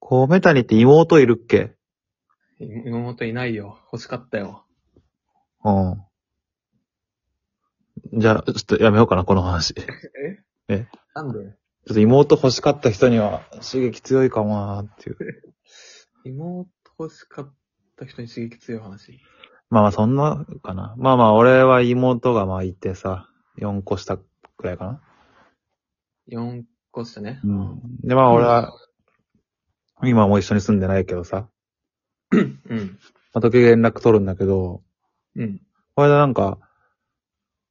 米谷って妹いるっけい妹いないよ。欲しかったよ。うん。じゃあ、ちょっとやめようかな、この話。ちょなんでっと妹欲しかった人には刺激強いかもなーっていう。妹欲しかった人に刺激強い話。まあまあそんなかな。まあまあ俺は妹がまあいてさ、4個下くらいかな。 4個したね。うん。でまあ俺は、今はもう一緒に住んでないけどさ、うん。まあ、時々連絡取るんだけど、うん。これでなんか、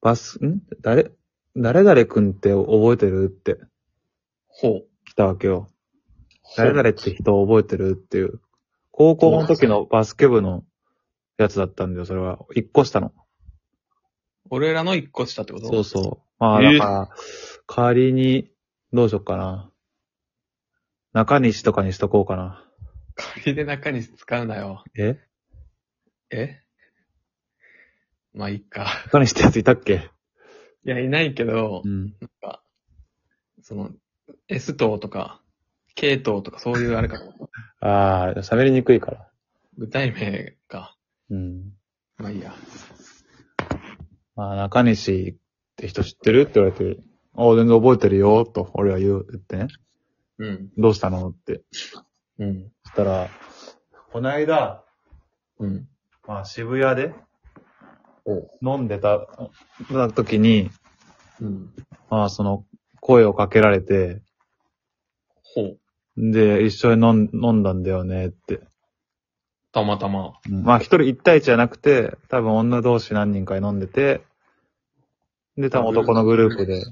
バス、ん誰、誰々くんって覚えてるってほう。来たわけよ。ほう誰々って人を覚えてるっていう。高校の時のバスケ部のやつだったんだよ、それは。一個下の。俺らの1個したってことそうそう。まあ、えだーから、仮に、どうしよっかな。中西とかにしとこうかな。仮で中に使うなよ。ええまあいいか。中西ってやついたっけいや、いないけど、ん。その、S 等とか、K 等とかそういうあれかと思った。ああ、喋りにくいから。具体名か。うん。まあいいや。まあ、中西って人知ってるって言われて、ああ、全然覚えてるよ、と、俺は言う、言ってね。うん。どうしたのって。うん。そしたら、こないだ、うん。まあ、渋谷でお飲んでた、た時に、うん。まあ、その、声をかけられて、ほう。で、一緒に飲ん飲んだんだよねって。たまたま。まあ、一人一対一じゃなくて、多分女同士何人かで飲んでて、で、多分男のグループで、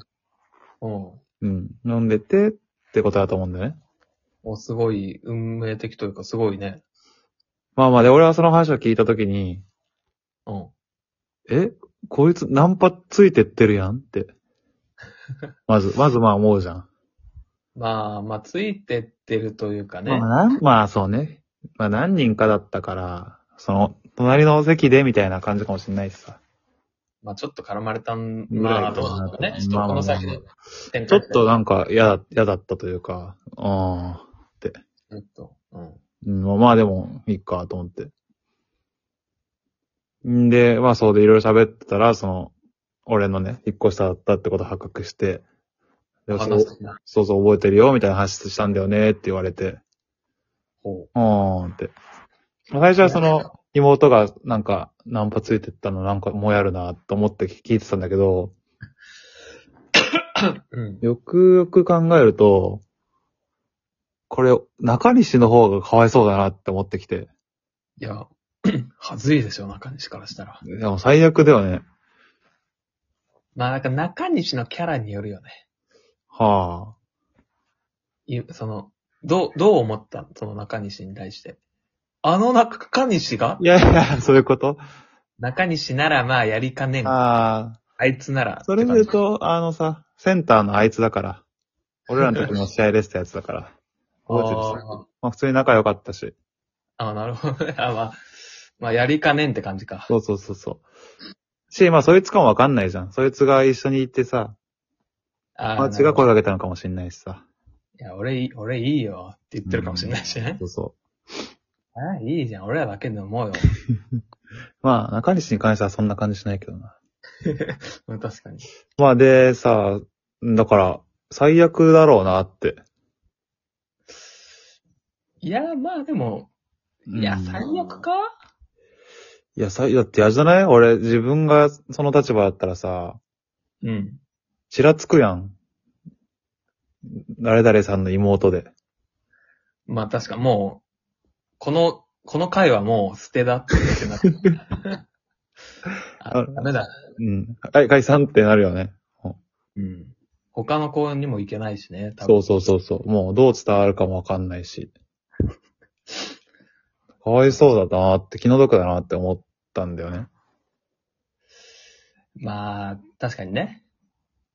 うん。うん、飲んでてってことだと思うんだよね。お、すごい、運命的というか、すごいね。まあまあ、で、俺はその話を聞いたときに、うん。えこいつナンパついてってるやん って。まず、まずまあ思うじゃん。まあ、まあ、ついてってるというかね。まあ、なんまあそうね。まあ何人かだったから、その、隣の席でみたいな感じかもしれないしさ。まあ、ちょっと絡まれたんぐらいかなまあ、どうなんだろうね。ちょっとまあまあまこあの先の展ちょ開っとなんか嫌だ、嫌だったというか、うん。ちょっと。うん。うん、まあでも、いいかと思って。んで、まあそうでいろいろ喋ってたら、その、俺のね、引っ越しただったってこと発覚して、でそう話すなそうそう覚えてるよ、みたいな話したんだよね、って言われて、ほうーんって。まあ最初はその、妹がなんか、ナンパついてったのなんかもやるな、と思って聞いてたんだけど、う。うん。よくよく考えると、これ、中西の方がかわいそうだなって思ってきて。いや、 はずいでしょ、中西からしたら。でも最悪だよね。まあ、なんか中西のキャラによるよね。はあ。いその、どう、どう思ったその中西に対して。あの中西がいやいや、 そういうこと中西ならまあやりかねん。ああいつなら。あ、それでっ言うて感と、あのさ、センターのあいつだから。俺らの時の試合でしたやつだから。覚えてるじさ。まあ普通に仲良かったし。あーあー、なるほどね。あまあ、まあやりかねんって感じか。そうそうそうそう。し、まあそいつかもわかんないじゃん。そいつが一緒に行ってさ、あまあー違う声かけたのかもしんないしさ。いや、俺いい、俺いいよって言ってるかもしれないしね。そうそああ、いいじゃん。俺らだけで飲もうよ。う。まあ中西に関してはそんな感じしないけどな。うん確かに。まあで、さ、だから、最悪だろうなって。いや、まあでも、いや、最悪かいや、最、だって嫌じゃない俺、自分がその立場だったらさ、うん。ちらつくやん。誰々さんの妹で。まあ確かもう、この、この回はもう捨てだって言ってなくて あ、ダメだ。うん。はい、解散ってなるよね。うん。他の公園にも行けないしね、多そ分。うそうそうそう。もうどう伝わるかもわかんないし。 かわいそうだなって、気の毒だなって思ったんだよね。まあ、確かにね。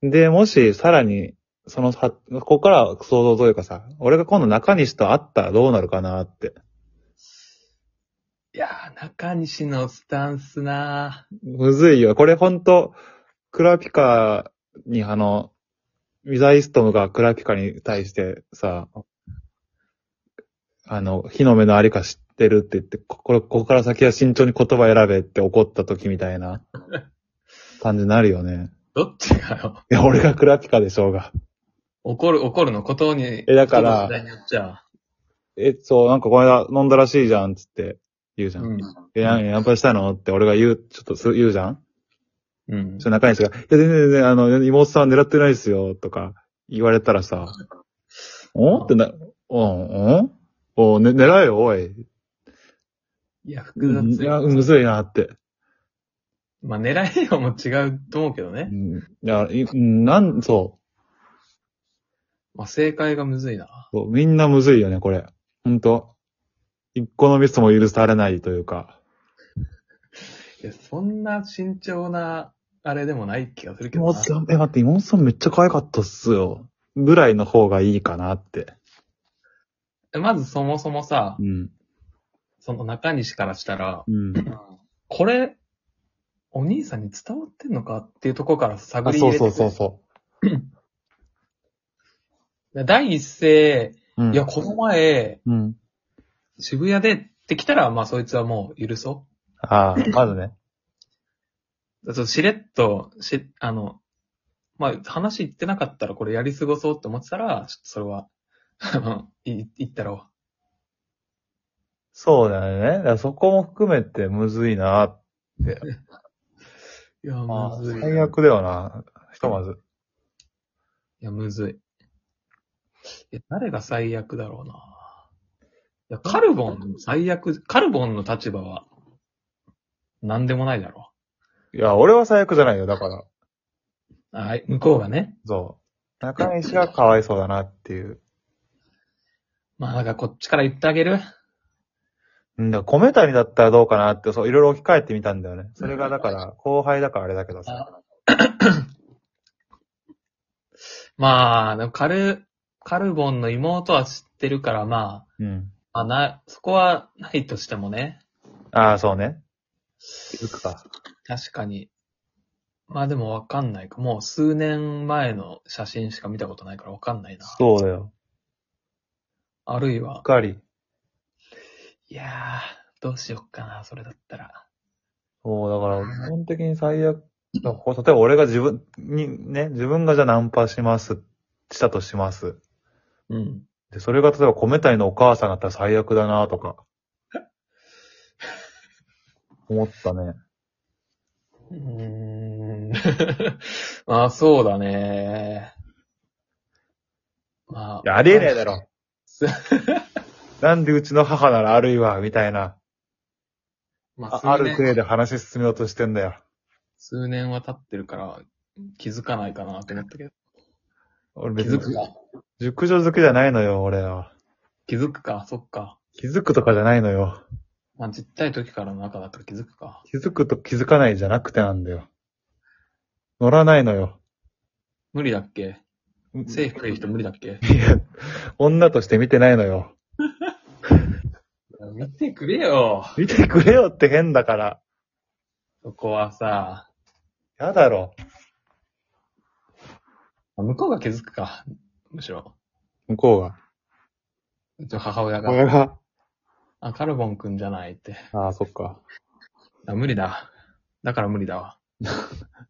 で、もし、さらに、そのさ、ここからは想像というかさ、俺が今度中西と会ったらどうなるかなって。いやー、中西のスタンスなむずいよ。これほんと、クラピカにあの、ウィザイストムがクラピカに対してさ、あの、火の目のありか知ってるって言って、ここれここから先は慎重に言葉選べって怒った時みたい な感じになるよね。どっちがよ。いや、俺がクラピカでしょうが。怒る、怒るのことに。えだからことの時代によっちゃ。え、そう、なんかこの間飲んだらしいじゃんっつって言うじゃん。うん。え、なんかナンパしたのって俺が言う、ちょっとす言うじゃんうんちょ、。中西が、いや、全然全然、あの、妹さんは狙ってないですよ、とか言われたらさ、おんってな、うん、うんおうね、狙えよ、おい。いや、複うん雑いや、よ。むずいなって。まあ、狙いようも違うと思うけどうね。ん。いや、いうんなん、そまあ、正解がむずいな。うそう。みんなむずいよね、これ。ほんと。一個のミスも許されないというか。いや、そんな慎重な、あれでもない気がするけど妹な。さん、え、待って、妹さんめっちゃ可愛かったっすよ。ぐらいの方がいいかなって。まずそもそもさ、うん。その中西からしたら、うん。これ、お兄さんに伝わってんのかっていうところから探あ、り入そうれてくそるうそうそ第一声、う。うん。いや、この前、うん。渋谷でってきたら、まあ、そいつはもう許そああ、まずね。う。だからしれっと、し、あの、まあ、話言ってなかったらこれやり過ごそうって思ってたら、ちょっとそれは、あの、い、言ったろそうだね。だからそこも含めてむずいなって。う。いや、まあむずい。最悪だよな。ひとまず。いや、むずい。いや、誰が最悪だろうな。いや、カルボンの最悪、カルボンの立場は、なんでもないだろいや、俺は最悪じゃないよ。だから。う。はい、向こうがね。そう。中西がかわいそうだなっていう。まあ、なんかこっちから言ってあげる。うんだ、米谷だったらどうかなって、そう、いろいろ置き換えてみたんだよね。それがだから、後輩だからあれだけどさ。まあ、でもカル、カルボンの妹は知ってるから、まうん。あ、まあ、な、そこはないとしてもね。ああ、そうね。行くか。確かに。まあでもわかんないか。もう数年前の写真しか見たことないからわかんないな。そうだよ。あるいうっは、かり。いやー、どうしよっかな、それだったら。そう、だから、基本的に最悪。だから例えば俺が自分に、ね、自分がじゃあナンパします、したとします。うん。で、それが例えば米谷のお母さんだったら最悪だなとか。 思ったね。うーん。 まあ、そうだね。まあ。いや、ありえねえだろ。なんでうちの母ならあるいは、みたいな。まああ、ある数年クエで話進めようとしてんだよ。数年は経ってるから、気づかないかなと思ったけど。俺気別づにく、か。熟女好きじゃないのよ、俺は。気づくか、そっか。気づくとかじゃないのよ。まあ、ちっちゃい時からの中だったら気づくか。気づくと気づかないじゃなくてなんだよ。乗らないのよ。無理だっけセーフでいい人無理だっけいや、女として見てないのよ。見てくれよ。見てくれよって変だから。そこはさ、やだろ。向こうが気づくか。むしろ。向こうが。うちの母親が。俺が。あ、カルボンくんじゃないって。ああ、そっか。あ無理だ。だから無理だわ。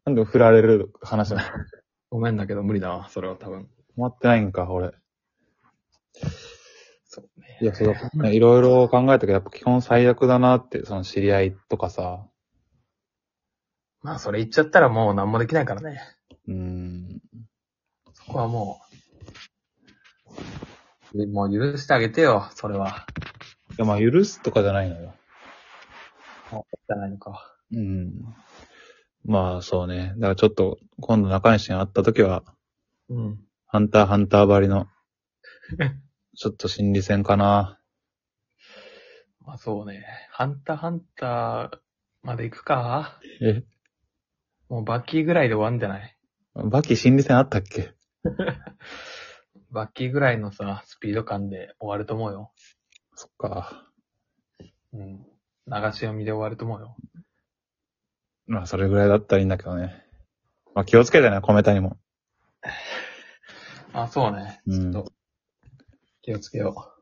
なんで振られる話なのごめんだけど無理だわ、それは多分。思ってないんか、俺。そうね。いや、そうだ、いろいろ考えたけど、やっぱ基本最悪だなって、その知り合いとかさ。まあ、それ言っちゃったらもう何もできないからね。うーん。そこはもう。でもう許してあげてよ、それは。いや、まあ、許すとかじゃないのよ。じゃないのか。うん。まあ、そうね。だからちょっと、今度中西に会った時は、うん。ハンター、ハンターばり の、ちょっと心理戦かな。まあそうね。ハンターハンターまで行くかえもうバッキーぐらいで終わんじゃないバキ心理戦あったっけバッキーぐらいのさ、スピード感で終わると思うよ。そっか。うん。流し読みで終わると思うよ。まあ、それぐらいだったらいいんだけどね。まあ、気をつけてね、米谷も。あ、そうね。うんちょっと、気をつけよう。